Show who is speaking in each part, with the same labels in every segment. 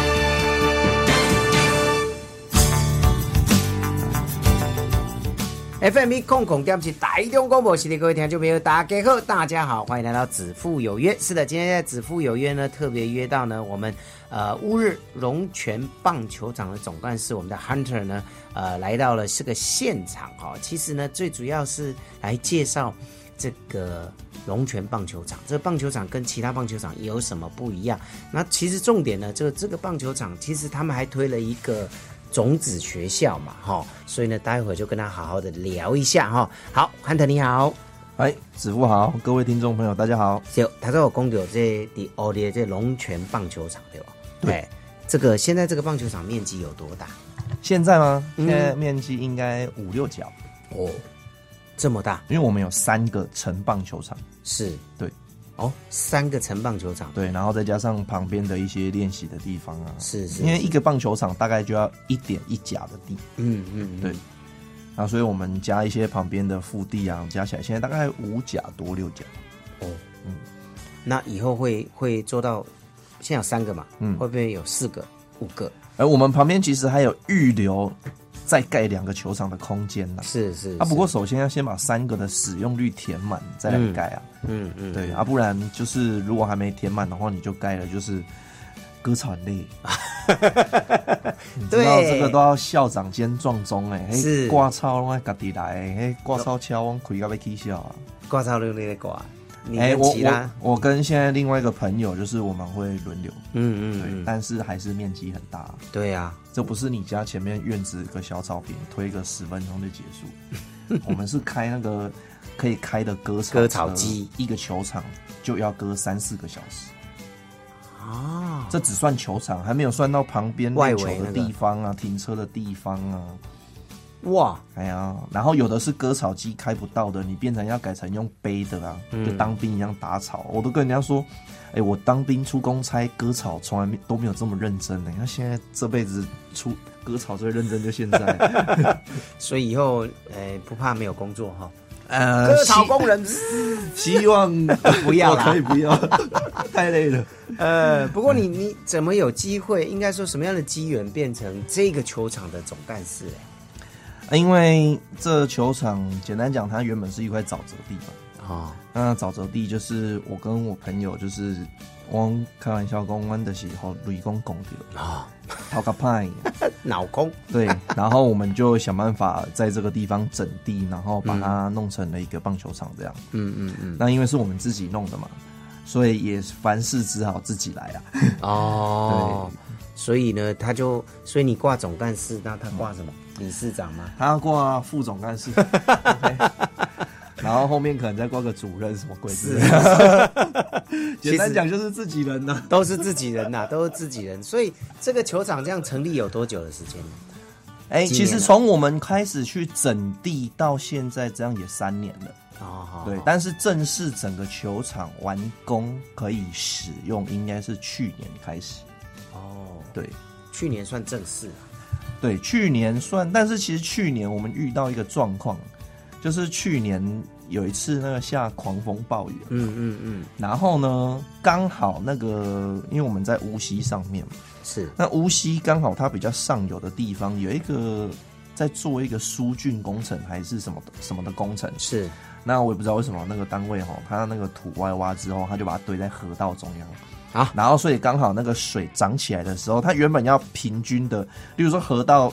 Speaker 1: FM 一空空 FM 是台中广播系列，各位听众朋友，大家好，大家好，欢迎来到子父有约。是的，今天在子父有约呢，特别约到呢我们呃乌日龙泉棒球场的总干事，我们的 Hunter 呢，呃，来到了这个现场哈、其实呢，最主要是来介绍这个龙泉棒球场。这个棒球场跟其他棒球场有什么不一样？那其实重点呢，这个这个棒球场，其实他们还推了一个种子学校嘛，哈、所以呢，待会儿就跟他好好的聊一下哈、好，汉特你好，
Speaker 2: 哎，子父好，各位听众朋友，大家好。
Speaker 1: 就他说我公有这第奥的这龙泉棒球场对吧？
Speaker 2: 对
Speaker 1: 哎，这个现在这个棒球场面积有多大？
Speaker 2: 现在吗？
Speaker 1: 嗯
Speaker 2: 现在面积应该五六角，
Speaker 1: 哦，这么大
Speaker 2: 因为我们有三个城棒球场，
Speaker 1: 是？
Speaker 2: 对，
Speaker 1: 哦，三个城棒球场，
Speaker 2: 对，然后再加上旁边的一些练习的地方啊。
Speaker 1: 是是
Speaker 2: 因为一个棒球场大概就要一点一甲的地，
Speaker 1: 嗯嗯，嗯
Speaker 2: 对。啊，所以我们加一些旁边的腹地啊，加起来现在大概五甲多六甲。嗯
Speaker 1: 那以后会会做到，现在有三个嘛，
Speaker 2: 嗯
Speaker 1: 会不会有四个、五个？
Speaker 2: 而我们旁边其实还有预留再盖两个球场的空间呢。
Speaker 1: 是是
Speaker 2: 啊，不过
Speaker 1: 是
Speaker 2: 首先要先把三个的使用率填满，再来盖啊。
Speaker 1: 嗯嗯，
Speaker 2: 对啊，不然就是如果还没填满的话，你就盖了，就是割草很累。你知道
Speaker 1: 啊对
Speaker 2: 这个都要校长兼撞钟哎、欸，
Speaker 1: 是
Speaker 2: 嘿挂超拢爱家己来的，嘿挂超敲我亏到要起笑啊！
Speaker 1: 挂超六六的挂，你
Speaker 2: 哎、
Speaker 1: 跟
Speaker 2: 我
Speaker 1: 其他，
Speaker 2: 我我跟现在另外一个朋友，就是我们会轮流，
Speaker 1: 嗯
Speaker 2: 对，
Speaker 1: 嗯嗯，
Speaker 2: 但是还是面积很大，
Speaker 1: 对啊，
Speaker 2: 这不是你家前面院子有个小草坪，推个十分钟就结 束。我们是开那个可以开的割草
Speaker 1: 割草
Speaker 2: 车
Speaker 1: 机
Speaker 2: 一个球场就要割三四个小时。
Speaker 1: 啊，
Speaker 2: 这只算球场，还没有算到旁边
Speaker 1: 外
Speaker 2: 练
Speaker 1: 围
Speaker 2: 球
Speaker 1: 那
Speaker 2: 的
Speaker 1: 个
Speaker 2: 地方啊、停车的地方啊。
Speaker 1: 哇，
Speaker 2: 哎呀，然后有的是割草机开不到的，你变成要改成用背的啊，
Speaker 1: 嗯
Speaker 2: 就当兵一样打草。啊我都跟人家说，哎、我当兵出公差割草从来没都没有这么认真的、那现在这辈子出割草最认真就现 在。
Speaker 1: 所以以后呃不怕没有工作哈，
Speaker 2: 呃，
Speaker 1: 割草工 人。
Speaker 2: 希希望
Speaker 1: 不要
Speaker 2: 我
Speaker 1: 啦
Speaker 2: 可以不要，太累了。
Speaker 1: 呃，不过你你怎么有机会？应该说什么样的机缘变成这个球场的总干事？
Speaker 2: 啊因为这球场简单讲，它原本是一块沼泽地嘛，
Speaker 1: 哦，
Speaker 2: 那沼泽地就是我跟我朋友就是，我开玩笑讲，我的时候雷公拱
Speaker 1: 啊
Speaker 2: 掉啊，掏个派，
Speaker 1: 脑空
Speaker 2: 对，然后我们就想办法在这个地方整地，然后把它弄成了一个棒球场这样。
Speaker 1: 嗯嗯
Speaker 2: 嗯，那因为是我们自己弄的嘛，所以也凡事只好自己来啊。
Speaker 1: 哦，所以呢，他就所以你挂总干事，那他挂什么？理事长吗？
Speaker 2: 他挂副总干 事 OK 然后后面可能再挂个主任什么鬼之类的。 简单讲就是自己人呐、啊
Speaker 1: 都是自己人呐、都是自己人。所以这个球场这样成立有多久的时间呢？
Speaker 2: 哎、
Speaker 1: 几
Speaker 2: 其
Speaker 1: 年啊
Speaker 2: 实
Speaker 1: 了
Speaker 2: 从我们开始去整地到现在，这样也三年了。
Speaker 1: 哦，好
Speaker 2: 对
Speaker 1: 好，
Speaker 2: 但是正式整个球场完工可以使用，应该是去年开始。
Speaker 1: 哦，
Speaker 2: 对
Speaker 1: 去年算正式啊、
Speaker 2: 对，去年算，但是其实去年我们遇到一个状况，就是去年有一次那个下狂风暴雨，
Speaker 1: 嗯嗯嗯，
Speaker 2: 然后呢，刚好那个因为我们在无锡上面嘛，
Speaker 1: 是
Speaker 2: 那无锡刚好它比较上游的地方有一个在做一个疏浚工程还是什么的什么的工程，
Speaker 1: 是
Speaker 2: 那我也不知道为什么那个单位哈，它那个土外挖之后，它就把它堆在河道中央。
Speaker 1: 啊
Speaker 2: 然后所以刚好那个水涨起来的时候，它原本要平均的，例如说河道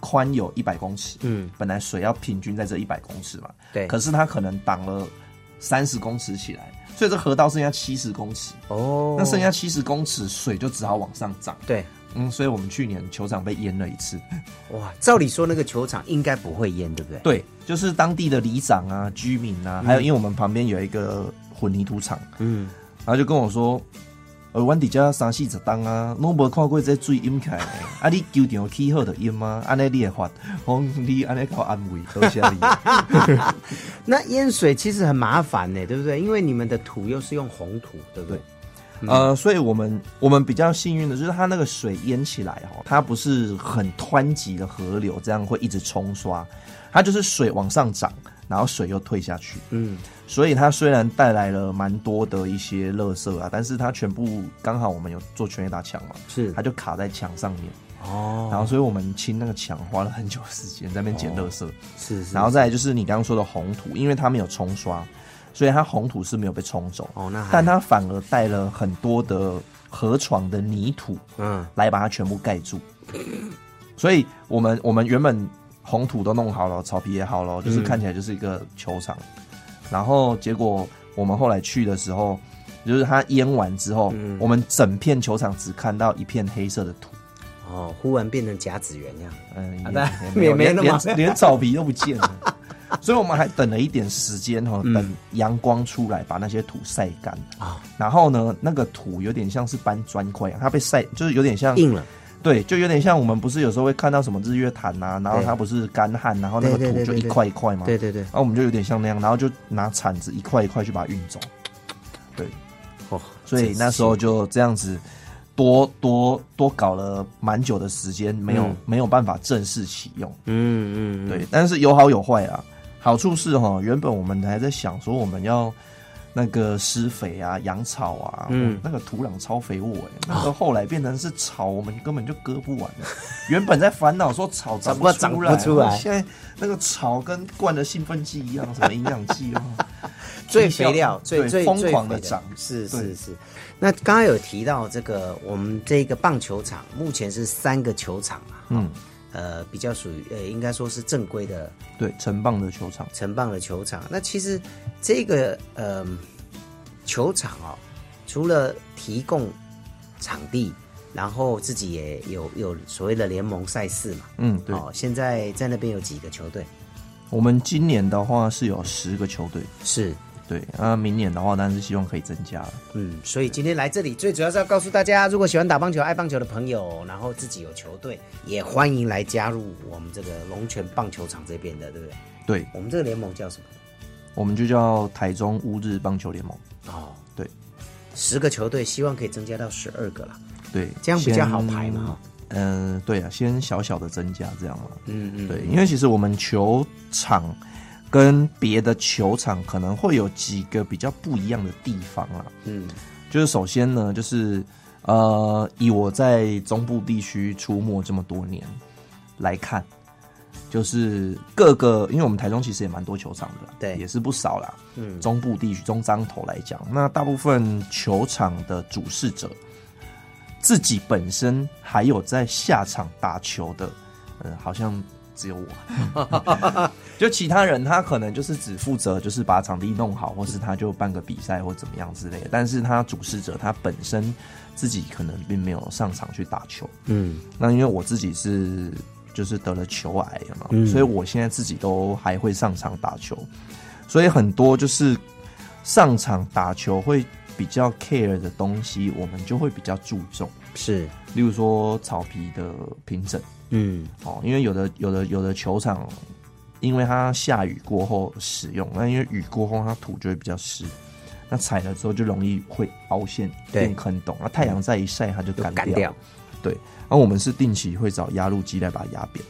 Speaker 2: 宽有一百公尺，
Speaker 1: 嗯，
Speaker 2: 本来水要平均在这一百公尺嘛，
Speaker 1: 对，
Speaker 2: 可是它可能挡了三十公尺起来，所以这河道剩下七十公尺，
Speaker 1: 哦，
Speaker 2: 那剩下七十公尺水就只好往上涨。
Speaker 1: 对。
Speaker 2: 嗯，所以我们去年球场被淹了一次，
Speaker 1: 哇，照理说那个球场应该不会淹，对不对？
Speaker 2: 对，就是当地的里长啊、居民啊，还有因为我们旁边有一个混凝土厂，
Speaker 1: 嗯，
Speaker 2: 然后就跟我说，呃，阮伫遮三四十档啊，拢无看过这水淹起来的，啊，你球场起好就淹啊，安尼你 会发，我讲你安尼给我安慰，多谢你。
Speaker 1: 那淹水其实很麻烦呢，对不对？因为你们的土又是用红土，对不对？
Speaker 2: 呃，所以我们我们比较幸运的就是它那个水淹起来哦，它不是很湍急的河流，这样会一直冲刷，它就是水往上涨，然后水又退下去。
Speaker 1: 嗯，
Speaker 2: 所以它虽然带来了蛮多的一些垃圾啊，但是它全部刚好我们有做全垒打墙嘛，
Speaker 1: 是
Speaker 2: 它就卡在墙上面，
Speaker 1: 哦，哦
Speaker 2: 然后所以我们清那个墙花了很久的时间在那边捡垃圾。
Speaker 1: 是是，
Speaker 2: 然后再来就是你刚刚说的红土，因为它没有冲刷，所以它红土是没有被冲走，
Speaker 1: 哦那还
Speaker 2: 但它反而带了很多的河床的泥土
Speaker 1: 嗯
Speaker 2: 来把它全部盖住，所以我们我们原本红土都弄好了，草皮也好了，
Speaker 1: 嗯
Speaker 2: 就是看起来就是一个球场，然后结果我们后来去的时候，就是它淹完之后，
Speaker 1: 嗯
Speaker 2: 我们整片球场只看到一片黑色的土。
Speaker 1: 哦，忽然变成甲子园那样，
Speaker 2: 嗯，
Speaker 1: 啊
Speaker 2: 也
Speaker 1: 也没
Speaker 2: 连
Speaker 1: 那么
Speaker 2: 连连草皮都不见了，所以我们还等了一点时间哈，等阳光出来把那些土晒干
Speaker 1: 嗯啊
Speaker 2: 然后呢，那个土有点像是搬砖块啊一样，它被晒就是有点像
Speaker 1: 硬了，
Speaker 2: 对，就有点像我们不是有时候会看到什么日月潭呐、然后它不是干旱，然后那个
Speaker 1: 对对
Speaker 2: 土
Speaker 1: 对
Speaker 2: 就
Speaker 1: 对
Speaker 2: 一
Speaker 1: 对
Speaker 2: 块一块嘛，
Speaker 1: 对对对，
Speaker 2: 然后我们就有点像那样，然后就拿铲子一块一块去把它运走，对，
Speaker 1: 哦，
Speaker 2: 所以那时候就这样子多多多搞了蛮久的时间，没有、
Speaker 1: 嗯
Speaker 2: 没有办法正式启用。
Speaker 1: 嗯嗯，嗯
Speaker 2: 对，，但是有好有坏啊。好处是哈，原本我们还在想说我们要那个施肥啊、养草啊，
Speaker 1: 嗯
Speaker 2: 嗯，那个土壤超肥沃哎、那个后来变成是草，我们根本就割不完了。原本在烦恼说草长不
Speaker 1: 长
Speaker 2: 出
Speaker 1: 不
Speaker 2: 来，
Speaker 1: 出来
Speaker 2: 现在那个草跟灌了兴奋剂一样，什么营养剂哦，
Speaker 1: 最肥料最
Speaker 2: 对
Speaker 1: 最
Speaker 2: 疯
Speaker 1: 最
Speaker 2: 狂
Speaker 1: 肥
Speaker 2: 的涨，
Speaker 1: 是
Speaker 2: 对
Speaker 1: 是是。那刚刚有提到这个，我们这个棒球场目前是三个球场嘛，
Speaker 2: 嗯，
Speaker 1: 呃，比较属于呃，应该说是正规的
Speaker 2: 对，成棒的球场，
Speaker 1: 城棒的球场。那其实这个呃球场哦，除了提供场地，然后自己也有有所谓的联盟赛事嘛。
Speaker 2: 嗯，对，
Speaker 1: 哦，现在在那边有几个球队？
Speaker 2: 我们今年的话是有十个球队，
Speaker 1: 是，
Speaker 2: 对，那明年的话当然是希望可以增加了。
Speaker 1: 嗯，所以今天来这里最主要是要告诉大家，如果喜欢打棒球、爱棒球的朋友，然后自己有球队，也欢迎来加入我们这个龙泉棒球场这边的，对不对？
Speaker 2: 对，
Speaker 1: 我们这个联盟叫什么？
Speaker 2: 我们就叫台中乌日棒球联盟。
Speaker 1: 哦，
Speaker 2: 对，
Speaker 1: 十个球队，希望可以增加到十二个啦。
Speaker 2: 对，
Speaker 1: 这样比较好排嘛哈
Speaker 2: 先。嗯、对啊，先小小的增加这样嘛。
Speaker 1: 嗯嗯，
Speaker 2: 对，因为其实我们球场跟别的球场可能会有几个比较不一样的地方啦。
Speaker 1: 嗯，
Speaker 2: 就是首先呢，就是呃，以我在中部地区出没这么多年来看，就是各个，因为我们台中其实也蛮多球场的啦，
Speaker 1: 对
Speaker 2: 也是不少啦。
Speaker 1: 嗯
Speaker 2: 中部地区中彰投来讲，那大部分球场的主事者自己本身还有在下场打球的，呃，好像只有我。 就其他人他可能就是只负责就是把场地弄好，或是他就办个比赛或怎么样之类的，但是他主事者他本身自己可能并没有上场去打球。
Speaker 1: 嗯，
Speaker 2: 那因为我自己是就是得了球癌了嘛，所以我现在自己都还会上场打球，所以很多就是上场打球会比较 care 的东西，我们就会比较注重，
Speaker 1: 是，
Speaker 2: 例如说草皮的平整。
Speaker 1: 嗯
Speaker 2: 哦，因为有的有的有的球场，因为它下雨过后使用，那因为雨过后它土就会比较湿，那踩了之后就容易会凹陷
Speaker 1: 对
Speaker 2: 变坑洞，那太阳再一晒它就干
Speaker 1: 干
Speaker 2: 掉。
Speaker 1: 掉
Speaker 2: 对，然后我们是定期会找压路机来把它压扁。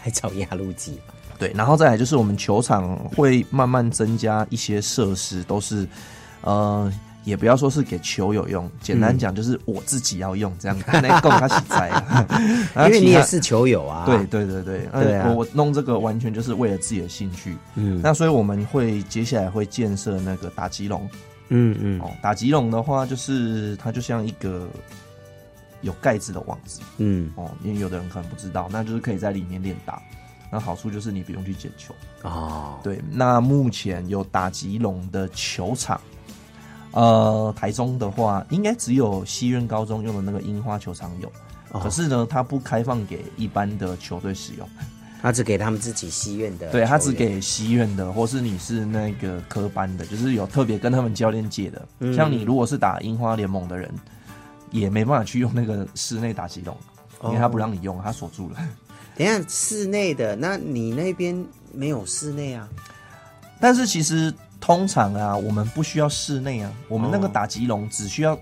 Speaker 1: 还找压路机，
Speaker 2: 对，然后再来就是我们球场会慢慢增加一些设施，都是呃，也不要说是给球友用，简
Speaker 1: 嗯
Speaker 2: 单讲就是我自己要用这样，那够他洗 灾啊。
Speaker 1: 因为你也
Speaker 2: 是。
Speaker 1: 是球友啊。
Speaker 2: 对，对对对，
Speaker 1: 对啊
Speaker 2: 呃我我弄这个完全就是为了自己的兴趣。嗯，那所以我们会接下来会建设那个打吉龙
Speaker 1: 嗯嗯
Speaker 2: 哦，打吉龙的话就是它就像一个有盖子的网子
Speaker 1: 嗯，
Speaker 2: 哦，因为有的人可能不知道，那就是可以在里面练打。那好处就是你不用去捡球。
Speaker 1: 哦，
Speaker 2: 对，那目前有打吉龙的球场，呃，台中的话应该只有西苑高中用的那个樱花球场有。
Speaker 1: 哦
Speaker 2: 可是呢，它不开放给一般的球队使用，
Speaker 1: 他只给他们自己西院的球员，
Speaker 2: 对他只给西院的，或是你是那个科班的，就是有特别跟他们教练借的。
Speaker 1: 嗯
Speaker 2: 像你如果是打樱花联盟的人，也没办法去用那个室内打吉龙，因为他不让你用，他锁住了。
Speaker 1: 等一下室内的，那你那边没有室内啊？
Speaker 2: 但是其实通常啊，我们不需要室内啊，我们那个
Speaker 1: 哦
Speaker 2: 打击笼只需要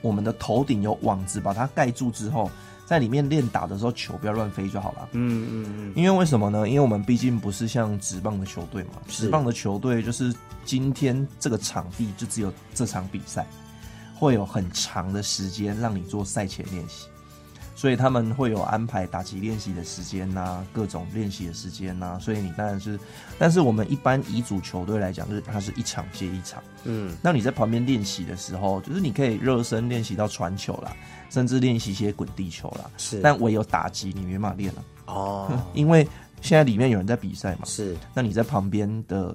Speaker 2: 我们的头顶有网子把它盖住之后，在里面练打的时候球不要乱飞就好了。
Speaker 1: 嗯嗯嗯，
Speaker 2: 因为为什么呢？因为我们毕竟不是像职棒的球队嘛，
Speaker 1: 是
Speaker 2: 职棒的球队就是今天这个场地就只有这场比赛，会有很长的时间让你做赛前练习，所以他们会有安排打击练习的时间呐、各种练习的时间呐、所以你当然是，但是我们一般乙组球队来讲，就是它是一场接一场，
Speaker 1: 嗯，
Speaker 2: 那你在旁边练习的时候，就是你可以热身练习到传球啦，甚至练习一些滚地球啦，
Speaker 1: 是，
Speaker 2: 但唯有打击你没办法练了、
Speaker 1: 哦
Speaker 2: 因为现在里面有人在比赛嘛，
Speaker 1: 是
Speaker 2: 那你在旁边的，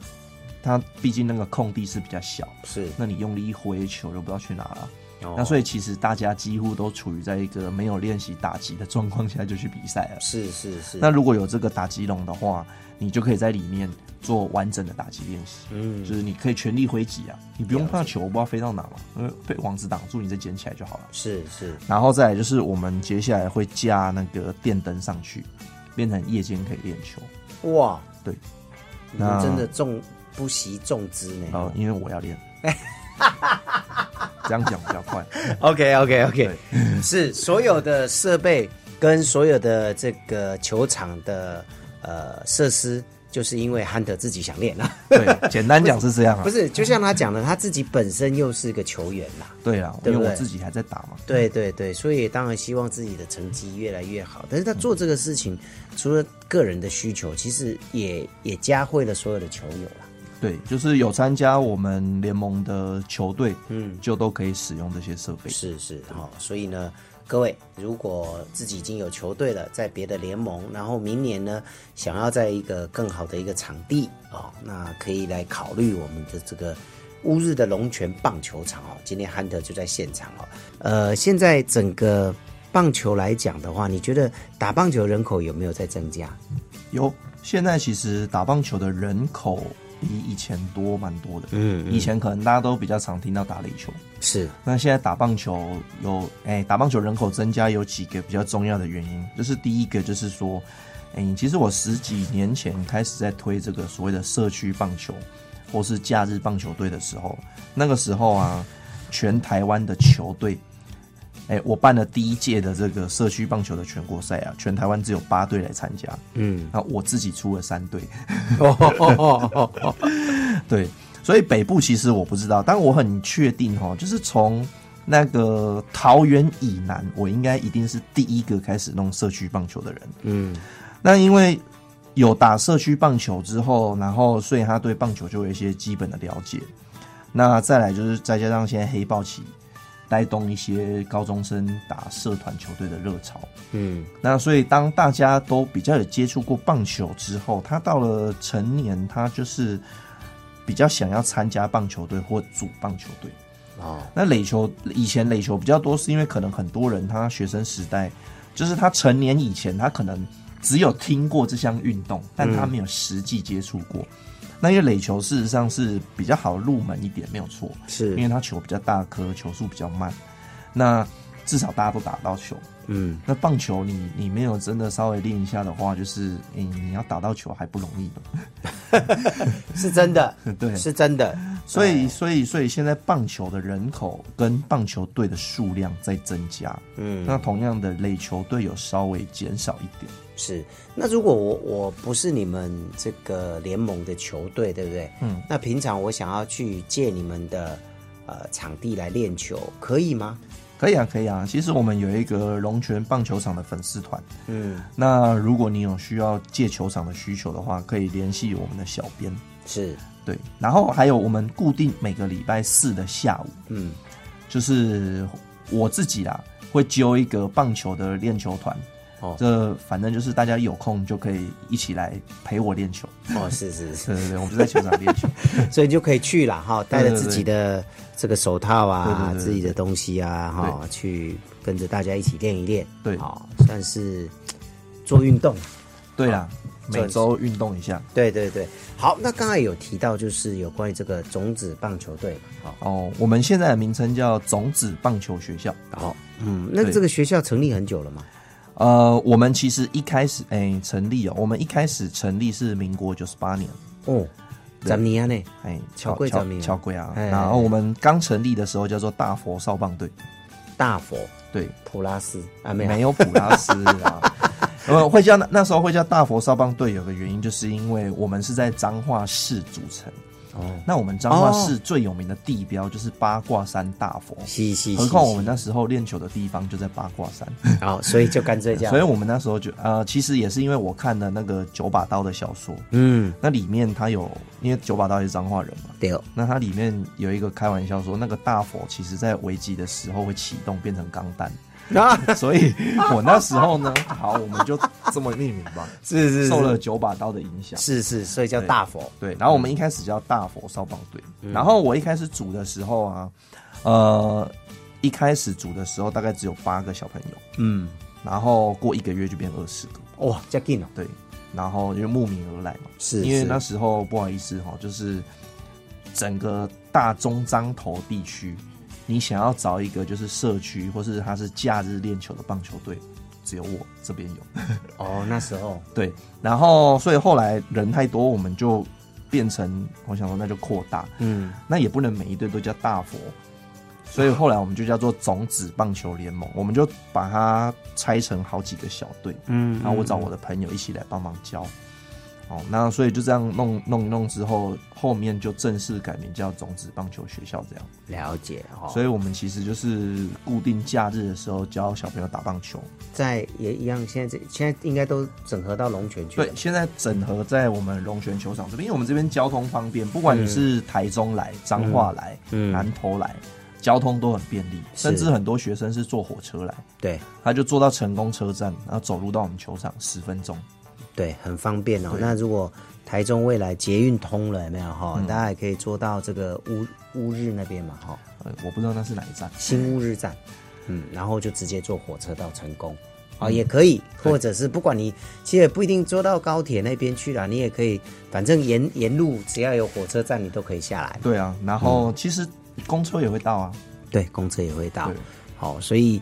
Speaker 2: 他毕竟那个空地是比较小，
Speaker 1: 是，
Speaker 2: 那你用力一挥球就不知道去哪了。
Speaker 1: 哦
Speaker 2: 那所以其实大家几乎都处于在一个没有练习打击的状况下就去比赛了。
Speaker 1: 是是是，
Speaker 2: 那如果有这个打击笼的话，你就可以在里面做完整的打击练习，
Speaker 1: 嗯
Speaker 2: 就是你可以全力挥击啊，你不用怕球不知道飞到哪嘛，因为被网子挡住，你再捡起来就好了。
Speaker 1: 是是
Speaker 2: 然后再来就是我们接下来会架那个电灯上去，变成夜间可以练球。
Speaker 1: 哇，
Speaker 2: 对，
Speaker 1: 你们
Speaker 2: 那
Speaker 1: 真的重不惜重资呢。
Speaker 2: 然后哦因为我 要练，这样讲比较快。
Speaker 1: OK OK OK，是所有的设备跟所有的这个球场的呃设施，就是因为汉德自己想练啊，
Speaker 2: 对，简单讲是这样啊
Speaker 1: 不。是？就像他讲的，他自己本身又是个球员呐、
Speaker 2: 对啊，
Speaker 1: 对
Speaker 2: 因
Speaker 1: 不对
Speaker 2: 为我自己还在打嘛。
Speaker 1: 对对对，所以当然希望自己的成绩越来越好。但是他做这个事情，除了个人的需求，其实也也加惠了所有的球友啦。
Speaker 2: 对，就是有参加我们联盟的球队，
Speaker 1: 嗯
Speaker 2: 嗯，就都可以使用这些设备。
Speaker 1: 是是哈、所以呢，各位如果自己已经有球队了，在别的联盟，然后明年呢想要在一个更好的一个场地哦，那可以来考虑我们的这个乌日的龙泉棒球场哦。今天汉德就在现场哦，呃，现在整个棒球来讲的话，你觉得打棒球人口有没有在增加？
Speaker 2: 有，现在其实打棒球的人口比以前多蛮多的。
Speaker 1: 嗯
Speaker 2: 以前可能大家都比较常听到打垒球，
Speaker 1: 是
Speaker 2: 那现在打棒球有，哎、打棒球人口增加有几个比较重要的原因，就是第一个就是说，哎、其实我十几年前开始在推这个所谓的社区棒球，或是假日棒球队的时候，那个时候啊，全台湾的球队，哎、我办了第一届的这个社区棒球的全国赛啊，全台湾只有八队来参加，
Speaker 1: 嗯，
Speaker 2: 那我自己出了三队，
Speaker 1: 哦，
Speaker 2: 对，所以北部其实我不知道，但我很确定哦，就是从那个桃园以南，我应该一定是第一个开始弄社区棒球的人。
Speaker 1: 嗯，
Speaker 2: 那因为有打社区棒球之后，然后所以他对棒球就有一些基本的了解。那再来就是再加上现在黑豹旗带动一些高中生打社团球队的热潮，
Speaker 1: 嗯
Speaker 2: 那所以当大家都比较有接触过棒球之后，他到了成年，他就是比较想要参加棒球队或组棒球队。
Speaker 1: 哦，
Speaker 2: 那垒球以前垒球比较多，是因为可能很多人他学生时代，就是他成年以前，他可能只有听过这项运动，但他没有实际接触过。那因为垒球事实上是比较好入门一点，没有错。
Speaker 1: 是
Speaker 2: 因为它球比较大颗，球速比较慢，那至少大家都打到球。
Speaker 1: 嗯，
Speaker 2: 那棒球你你没有真的稍微练一下的话，就是你、你要打到球还不容易呢。
Speaker 1: 是真的，
Speaker 2: 对
Speaker 1: 是真的，哎
Speaker 2: 所以所以所以现在棒球的人口跟棒球队的数量在增加，
Speaker 1: 嗯
Speaker 2: 那同样的垒球队有稍微减少一点。
Speaker 1: 是，那如果我我不是你们这个联盟的球队，对不对？
Speaker 2: 嗯，
Speaker 1: 那平常我想要去借你们的呃场地来练球，可以吗？
Speaker 2: 可以啊，可以啊。其实我们有一个龙泉棒球场的粉丝团，
Speaker 1: 嗯，
Speaker 2: 那如果你有需要借球场的需求的话，可以联系我们的小编。
Speaker 1: 是，
Speaker 2: 对，然后还有我们固定每个礼拜四的下午，
Speaker 1: 嗯，
Speaker 2: 就是我自己啦，会揪一个棒球的练球团。
Speaker 1: 哦
Speaker 2: 这反正就是大家有空就可以一起来陪我练球。
Speaker 1: 哦，是是是，
Speaker 2: 对对对，我们就在球场练 球。
Speaker 1: 所以你就可以去了哈，带着
Speaker 2: 对对
Speaker 1: 自己的这个手套啊，
Speaker 2: 对对对对
Speaker 1: 自己的东西啊哈，去跟着大家一起练一练，
Speaker 2: 对
Speaker 1: 好、算是做运动。
Speaker 2: 对啦，
Speaker 1: 这
Speaker 2: 每周运动一下。
Speaker 1: 对对对，好，那刚才有提到就是有关于这个种子棒球队嘛，好、
Speaker 2: 哦，我们现在的名称叫种子棒球学校。
Speaker 1: 好，嗯，那
Speaker 2: 对
Speaker 1: 这个学校成立很久了嘛？
Speaker 2: 呃，我们其实一开始哎、成立哦，我们一开始成立是民国九十八年。
Speaker 1: 哦，十年呢？
Speaker 2: 哎，
Speaker 1: 超
Speaker 2: 巧
Speaker 1: 贵
Speaker 2: 巧
Speaker 1: 怎么样
Speaker 2: 巧贵啊！
Speaker 1: 哎
Speaker 2: 然后我们刚成立的时候叫做大佛少棒队，
Speaker 1: 大佛
Speaker 2: 对，
Speaker 1: 普拉斯啊，没有，
Speaker 2: 没有普拉斯 啊。呃，会叫那那时候会叫大佛少棒队，有个原因就是因为我们是在彰化市组成。
Speaker 1: 哦，
Speaker 2: 那我们彰化市最有名的地标就是八卦山大佛，
Speaker 1: 是是，
Speaker 2: 何
Speaker 1: 是
Speaker 2: 况我们
Speaker 1: 是
Speaker 2: 那时候练球的地方就在八卦山，
Speaker 1: 哦，所以就干脆这样，
Speaker 2: 所以我们那时候就呃，其实也是因为我看了那个九把刀的小说，
Speaker 1: 嗯，
Speaker 2: 那里面他有因为九把刀也是彰化人嘛，
Speaker 1: 对哦，
Speaker 2: 那它里面有一个开玩笑说，那个大佛其实在危机的时候会启动变成钢弹，
Speaker 1: 啊，
Speaker 2: 所以我那时候呢，好，我们就这么命名吧，
Speaker 1: 是 是
Speaker 2: 受了九把刀的影响。
Speaker 1: 是是，所以叫
Speaker 2: 对
Speaker 1: 大佛，
Speaker 2: 对，然后我们一开始叫大佛烧棒队，
Speaker 1: 嗯
Speaker 2: 然后我一开始煮的时候啊，呃，一开始煮的时候大概只有八个小朋友，
Speaker 1: 嗯，
Speaker 2: 然后过一个月就变二十个，
Speaker 1: 哇，叫劲哦，
Speaker 2: 对，然后就慕名而来嘛，
Speaker 1: 是
Speaker 2: 因为
Speaker 1: 是
Speaker 2: 那时候不好意思哈，就是整个大中彰投地区，你想要找一个就是社区或是他是假日练球的棒球队，只有我这边有。
Speaker 1: 哦，那时候
Speaker 2: 对，然后所以后来人太多，我们就变成我想说那就扩大，
Speaker 1: 嗯，
Speaker 2: 那也不能每一队都叫大佛。
Speaker 1: 啊
Speaker 2: 所以后来我们就叫做种子棒球联盟，我们就把它拆成好几个小队，
Speaker 1: 嗯
Speaker 2: 然后我找我的朋友一起来帮忙教。哦，那所以就这样弄弄一弄之后，后面就正式改名叫种子棒球学校这样。
Speaker 1: 了解哦，
Speaker 2: 所以我们其实就是固定假日的时候教小朋友打棒球。
Speaker 1: 在也一样，现在这现在应该都整合到龙泉去了
Speaker 2: 对，，现在整合在我们龙泉球场这边，因为我们这边交通方便，不管你是台中来、彰化来、
Speaker 1: 嗯
Speaker 2: 南投来，交通都很便利，
Speaker 1: 是
Speaker 2: 甚至很多学生是坐火车来，
Speaker 1: 对
Speaker 2: 他就坐到成功车站，然后走路到我们球场十分钟。
Speaker 1: 对，很方便哦。
Speaker 2: 对
Speaker 1: 那如果台中未来捷运通了，有没有哈、大家也可以坐到这个乌乌日那边嘛哈、
Speaker 2: 呃，我不知道那是哪一站。
Speaker 1: 新乌日站，嗯，然后就直接坐火车到成功。啊、也可以，或者是不管你，其实也不一定坐到高铁那边去啦，你也可以，反正沿沿路只要有火车站，你都可以下来。
Speaker 2: 对啊，然
Speaker 1: 嗯
Speaker 2: 后其实公车也会到啊。
Speaker 1: 对，公车也会到
Speaker 2: 对。
Speaker 1: 好，所以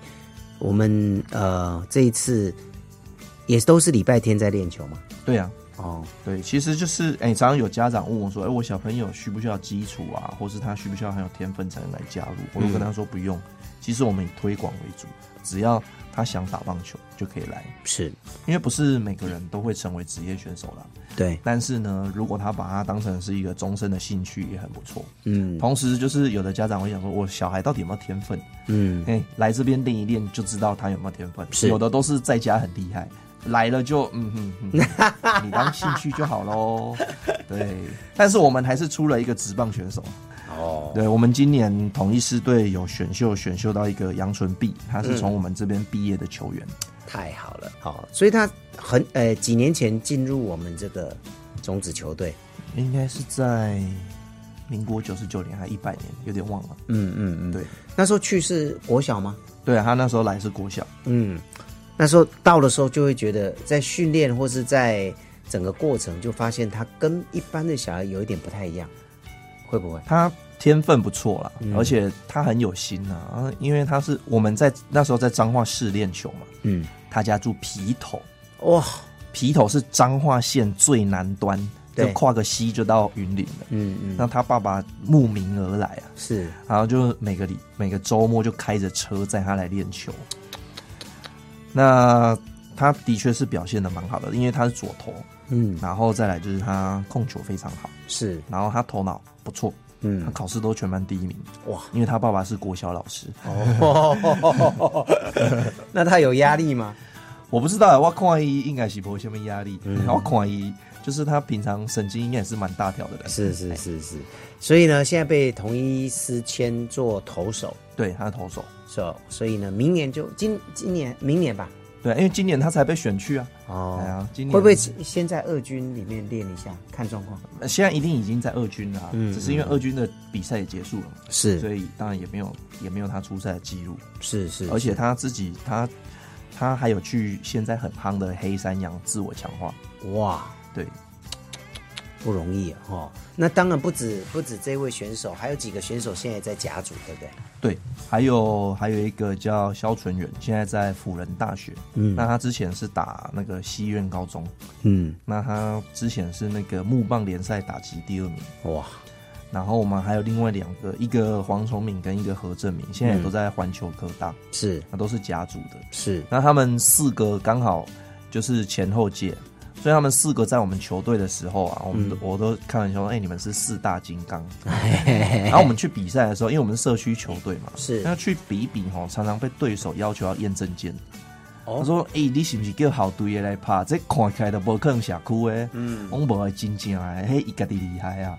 Speaker 1: 我们呃这一次也都是礼拜天在练球嘛。
Speaker 2: 对啊，
Speaker 1: 哦，
Speaker 2: 对，其实就是哎，常常有家长问我说，哎，我小朋友需不需要基础啊，或是他需不需要很有天分才能来加入？我就跟他说不用，其实我们以推广为主，只要他想打棒球就可以来，
Speaker 1: 是，
Speaker 2: 因为不是每个人都会成为职业选手啦。
Speaker 1: 对，
Speaker 2: 但是呢，如果他把它当成是一个终身的兴趣，也很不错。
Speaker 1: 嗯
Speaker 2: 同时，就是有的家长会想说，我小孩到底有没有天分？
Speaker 1: 嗯，
Speaker 2: 哎、来这边练一练就知道他有没有天分。
Speaker 1: 是
Speaker 2: 有的都是在家很厉害，来了就嗯哼 哼哼，你当兴趣就好喽。对，但是我们还是出了一个职棒选手。
Speaker 1: 哦，
Speaker 2: 对，我们今年统一师队有选秀，选秀到一个杨纯碧，他
Speaker 1: 嗯
Speaker 2: 是从我们这边毕业的球员。
Speaker 1: 太好了，好、所以他很呃几年前进入我们这个种子球队，
Speaker 2: 应该是在民国九十九年还一百年，有点忘了。
Speaker 1: 嗯嗯嗯，
Speaker 2: 对，
Speaker 1: 那时候去是国小吗？
Speaker 2: 对啊，他那时候来是国小，
Speaker 1: 嗯，那时候到的时候就会觉得在训练或是在整个过程就发现他跟一般的小孩有一点不太一样，会不会？
Speaker 2: 他天分不错啦，
Speaker 1: 嗯
Speaker 2: 而且他很有心呐、啊，因为他是我们在那时候在彰化市练球嘛，
Speaker 1: 嗯，
Speaker 2: 他家住皮头，
Speaker 1: 哇，
Speaker 2: 皮头是彰化县最南端，
Speaker 1: 对
Speaker 2: 就跨个溪就到云林了。
Speaker 1: 嗯嗯，
Speaker 2: 那他爸爸慕名而来啊，
Speaker 1: 是
Speaker 2: 然后就每个礼每个周末就开着车载他来练球。那他的确是表现的蛮好的，因为他是左投，
Speaker 1: 嗯
Speaker 2: 然后再来就是他控球非常好，
Speaker 1: 是，
Speaker 2: 然后他头脑不错，他
Speaker 1: 嗯
Speaker 2: 考试都全班第一名，
Speaker 1: 哇，
Speaker 2: 因为他爸爸是国小老师。
Speaker 1: 哦，那他有压力吗？
Speaker 2: 我不知道，啊我看伊应该是没什么压力，
Speaker 1: 嗯
Speaker 2: 我看伊就是他平常神经应该也是蛮大条的人，
Speaker 1: 是是是是，所以呢，现在被同一师签做投手，
Speaker 2: 对他的投手，
Speaker 1: 是吧？所以呢，明年就今今年明年吧，
Speaker 2: 对，因为今年他才被选去啊，
Speaker 1: 哦
Speaker 2: 对啊，今年
Speaker 1: 会不会先在二军里面练一下，看状况？
Speaker 2: 现在一定已经在二军了啊、
Speaker 1: 嗯
Speaker 2: 只是因为二军的比赛也结束了嘛，所
Speaker 1: 是
Speaker 2: 以当然也没有也没有他出赛的记录，
Speaker 1: 是是，
Speaker 2: 而且他自己他他还有去现在很夯的黑山羊自我强化，
Speaker 1: 哇，
Speaker 2: 对，
Speaker 1: 不容易哦。那当然不止不止这位选手，还有几个选手现在在甲组，对不对？
Speaker 2: 对，还有还有一个叫肖纯远，现在在辅仁大学。
Speaker 1: 嗯
Speaker 2: 那他之前是打那个西苑高中，
Speaker 1: 嗯，
Speaker 2: 那他之前是那个木棒联赛打击第二名。
Speaker 1: 哇，
Speaker 2: 然后我们还有另外两个，一个黄崇敏跟一个何正明，现在也
Speaker 1: 嗯
Speaker 2: 都在环球科大，
Speaker 1: 是
Speaker 2: 那都是甲组的。
Speaker 1: 是，
Speaker 2: 那他们四个刚好就是前后届，所以他们四个在我们球队的时候啊，我
Speaker 1: 嗯
Speaker 2: 们都、我都开玩笑说，哎、你们是四大金 刚。然后我们去比赛的时候，因为我们是社区球队嘛，
Speaker 1: 是
Speaker 2: 那去比一比吼，常常被对手要求要验证件。
Speaker 1: 哦
Speaker 2: 他说：“哎、你是不是叫校队的来拍？这看起来都无可能社区的，嗯，我无会真正的，嘿，伊家己厉害啊！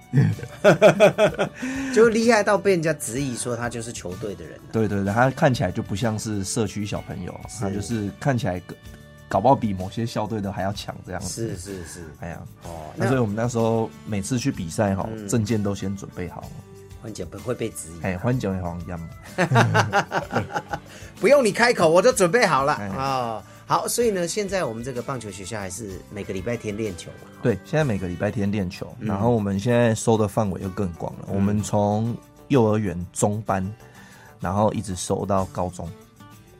Speaker 1: 就厉害到被人家质疑说他就是球队的人了。
Speaker 2: 对对对，他看起来就不像是社区小朋友，他就是看起来个搞不好比某些校队的还要强这样子。
Speaker 1: 是是是，
Speaker 2: 哎呀，
Speaker 1: 哦，
Speaker 2: 那
Speaker 1: 那
Speaker 2: 所以我们那时候每次去比赛哈，证件都先准备好，
Speaker 1: 欢姐不会被质疑，啊
Speaker 2: 哎，欢奖也黄一样，
Speaker 1: 不用你开口，我都准备好了
Speaker 2: 哎
Speaker 1: 哦。好，所以呢，现在我们这个棒球学校还是每个礼拜天练球嘛。
Speaker 2: 对，现在每个礼拜天练球，然后我们现在收的范围又更广了，我们从幼儿园中班，然后一直收到高中，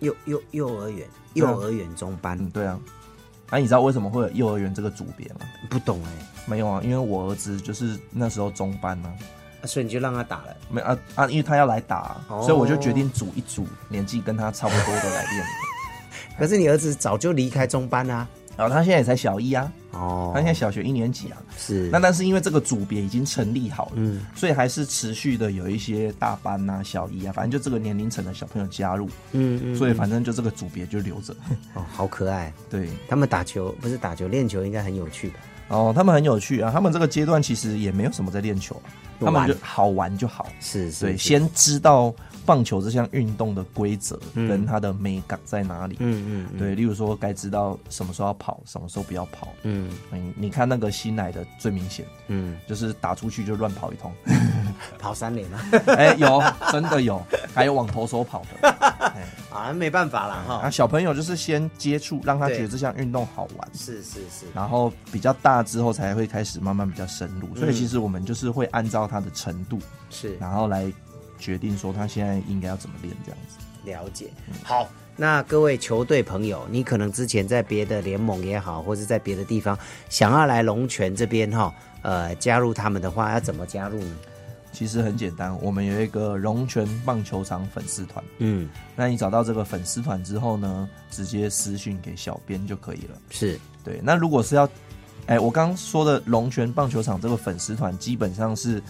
Speaker 1: 幼幼幼儿园，
Speaker 2: 对啊
Speaker 1: 幼儿园中班，
Speaker 2: 嗯，对啊，哎，你知道为什么会有幼儿园这个组别吗？
Speaker 1: 不懂哎、
Speaker 2: 没有啊，因为我儿子就是那时候中班啊，
Speaker 1: 啊所以你就让他打了。
Speaker 2: 没啊啊，因为他要来打啊、
Speaker 1: 哦
Speaker 2: 所以我就决定组一组年纪跟他差不多的来练。
Speaker 1: 可是你儿子早就离开中班啦、
Speaker 2: 然后他现在也才小一啊，
Speaker 1: 哦
Speaker 2: 他现在小学一年级啊。
Speaker 1: 是嗯
Speaker 2: 那但是因为这个组别已经成立好了，所以还是持续的有一些大班啊、小一啊，反正就这个年龄层的小朋友加入，
Speaker 1: 嗯嗯，
Speaker 2: 所以反正就这个组别就留着。
Speaker 1: 哦，好可爱。
Speaker 2: 对，
Speaker 1: 他们打球不是打球，练球应该很有趣吧？
Speaker 2: 哦，他们很有趣啊，他们这个阶段其实也没有什么在练球啊，他们
Speaker 1: 玩
Speaker 2: 就好玩就好。
Speaker 1: 是是，
Speaker 2: 对，
Speaker 1: 是
Speaker 2: 先知道棒球这项运动的规则跟它的美感在哪里。
Speaker 1: 嗯嗯
Speaker 2: 对，例如说该知道什么时候要跑，什么时候不要跑。
Speaker 1: 嗯
Speaker 2: 嗯，你看那个新来的最明显，
Speaker 1: 嗯，
Speaker 2: 就是打出去就乱跑一通。
Speaker 1: 跑三连 啊，
Speaker 2: 哎、有真的有，还有往投手跑的。
Speaker 1: 啊没办法啦哈
Speaker 2: 啊，。小朋友就是先接触，让他
Speaker 1: 对
Speaker 2: 觉得这项运动好玩。
Speaker 1: 是是是，
Speaker 2: 然后比较大之后才会开始慢慢比较深入，所以其实我们就是会按照他的程度，
Speaker 1: 是
Speaker 2: 然后来决定说他现在应该要怎么练这样子。
Speaker 1: 了解。好，那各位球队朋友，你可能之前在别的联盟也好，或是在别的地方想要来龙泉这边哈，呃，加入他们的话，要怎么加入呢？
Speaker 2: 其实很简单，我们有一个龙泉棒球场粉丝团，
Speaker 1: 嗯，
Speaker 2: 那你找到这个粉丝团之后呢，直接私讯给小编就可以了。
Speaker 1: 是
Speaker 2: 对，那如果是要，哎、我刚刚说的龙泉棒球场这个粉丝团，基本上是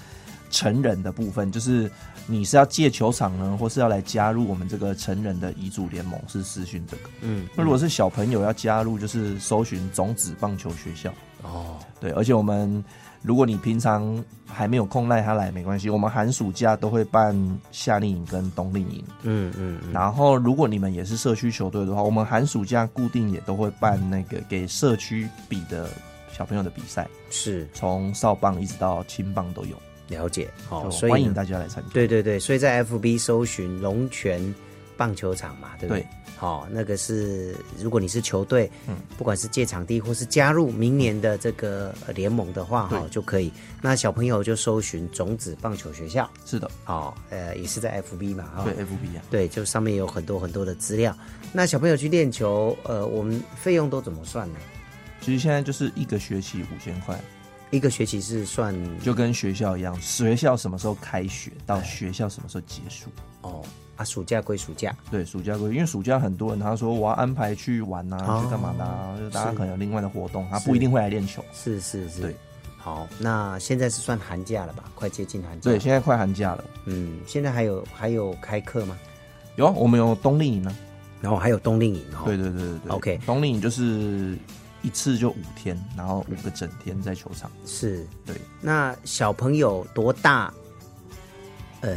Speaker 2: 成人的部分，就是你是要借球场呢，或是要来加入我们这个成人的乙组联盟，是私讯这个。
Speaker 1: 嗯，
Speaker 2: 那如果是小朋友要加入，就是搜寻种子棒球学校。
Speaker 1: 哦，
Speaker 2: 对，而且我们如果你平常还没有空赖他来没关系，我们寒暑假都会办夏令营跟冬令营。
Speaker 1: 嗯嗯嗯，
Speaker 2: 然后如果你们也是社区球队的话，我们寒暑假固定也都会办那个给社区比的小朋友的比赛，
Speaker 1: 是
Speaker 2: 从少棒一直到青棒都有，
Speaker 1: 了解。好，
Speaker 2: 就
Speaker 1: 所以
Speaker 2: 欢迎大家来参加。
Speaker 1: 对对对，所以在 FB 搜寻龙泉棒球场嘛，对不对
Speaker 2: 对？嗯
Speaker 1: 好、那个是如果你是球队，不管是借场地或是加入明年的这个呃联盟的话，哈、
Speaker 2: 对
Speaker 1: 就可以。那小朋友就搜寻种子棒球学校，
Speaker 2: 是的，
Speaker 1: 哦，呃，也是在 FB 嘛，哈、
Speaker 2: 对 FB 啊，
Speaker 1: 对，就上面有很多很多的资料。那小朋友去练球，呃，我们费用都怎么算呢？
Speaker 2: 其实现在就是一个学期五千块，
Speaker 1: 一个学期是算
Speaker 2: 就跟学校一样，学校什么时候开学到学校什么时候结束。
Speaker 1: 哦啊，暑假归暑假，
Speaker 2: 对，暑假归因为暑假很多人他说我要安排去玩呐、去干嘛的、啊，就大家可能有另外的活动，他不一定会来练球。
Speaker 1: 是是是，
Speaker 2: 对。
Speaker 1: 好，那现在是算寒假了吧？快接近寒假了。
Speaker 2: 对，现在快寒假了，
Speaker 1: 嗯，现在还有还有开课吗？
Speaker 2: 有啊我们有冬令营啊，
Speaker 1: 然后还有冬令营哦。
Speaker 2: 对对对对对
Speaker 1: OK
Speaker 2: 冬令营就是一次就五天，然后五个整天在球场。
Speaker 1: 是。
Speaker 2: 对，
Speaker 1: 那小朋友多大？呃，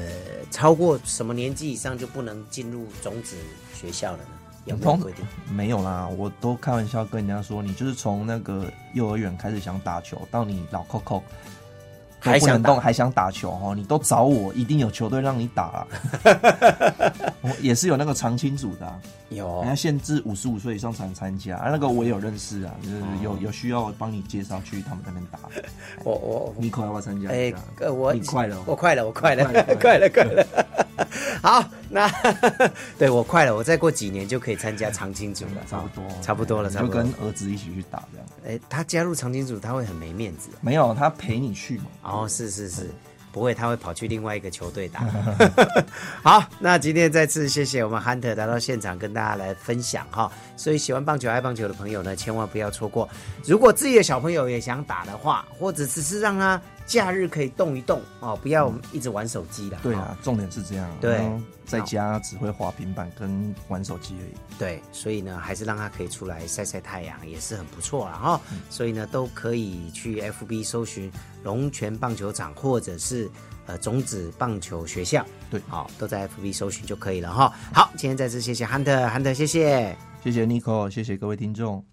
Speaker 1: 超过什么年纪以上就不能进入种子学校了呢？有没有
Speaker 2: 通
Speaker 1: 规定？
Speaker 2: 没有啦，我都开玩笑跟人家说，你就是从那个幼儿园开始想打球，到你老 Coco 都
Speaker 1: 还
Speaker 2: 不
Speaker 1: 想
Speaker 2: 能
Speaker 1: 打
Speaker 2: 动，还想打球哦，你都找我，一定有球队让你打啦。我也是有那个常青组的、啊，
Speaker 1: 有
Speaker 2: 人家限制五十五岁以上才能参加，啊，那个我也有认识啊，就是
Speaker 1: 哦
Speaker 2: 有有需要我帮你介绍去他们 那边打。
Speaker 1: 我我
Speaker 2: 你快要不要参加一
Speaker 1: 哎
Speaker 2: 下？，
Speaker 1: 呃我
Speaker 2: 你快了哦，
Speaker 1: 我快了，我快了，快
Speaker 2: 快
Speaker 1: 了， 快了。好，那 对我快了，我再过几年就可以参加长青组了，
Speaker 2: 差不多，
Speaker 1: 差不多了，
Speaker 2: 你
Speaker 1: 差
Speaker 2: 就
Speaker 1: 不多
Speaker 2: 跟
Speaker 1: 了。
Speaker 2: 儿子一起去打这样。
Speaker 1: 哎，他加入长青组，他会很没面子。
Speaker 2: 没有，他陪你去嘛。
Speaker 1: 哦，是是是，
Speaker 2: 嗯
Speaker 1: 不会，他会跑去另外一个球 队打。好，那今天再次谢谢我们 Hunter 来到现场跟大家来分享哈。所以喜欢棒球、爱棒球的朋友呢，千万不要错过。如果自己的小朋友也想打的话，或者只是让他假日可以动一动哦，不要一直玩手机啦。
Speaker 2: 嗯对
Speaker 1: 哦
Speaker 2: 啊，重点是这样。
Speaker 1: 对
Speaker 2: 然后在家只会滑平板跟玩手机而已。
Speaker 1: 对，所以呢，还是让他可以出来晒晒太阳，也是很不错啦哈、所以呢，都可以去 FB 搜寻龙泉棒球场，或者是呃种子棒球学校，
Speaker 2: 对
Speaker 1: 好、都在 FB 搜寻就可以了哈、好，今天再次谢谢 Hunter，Hunter 谢谢。
Speaker 2: 谢谢 Nico，谢谢各位听众。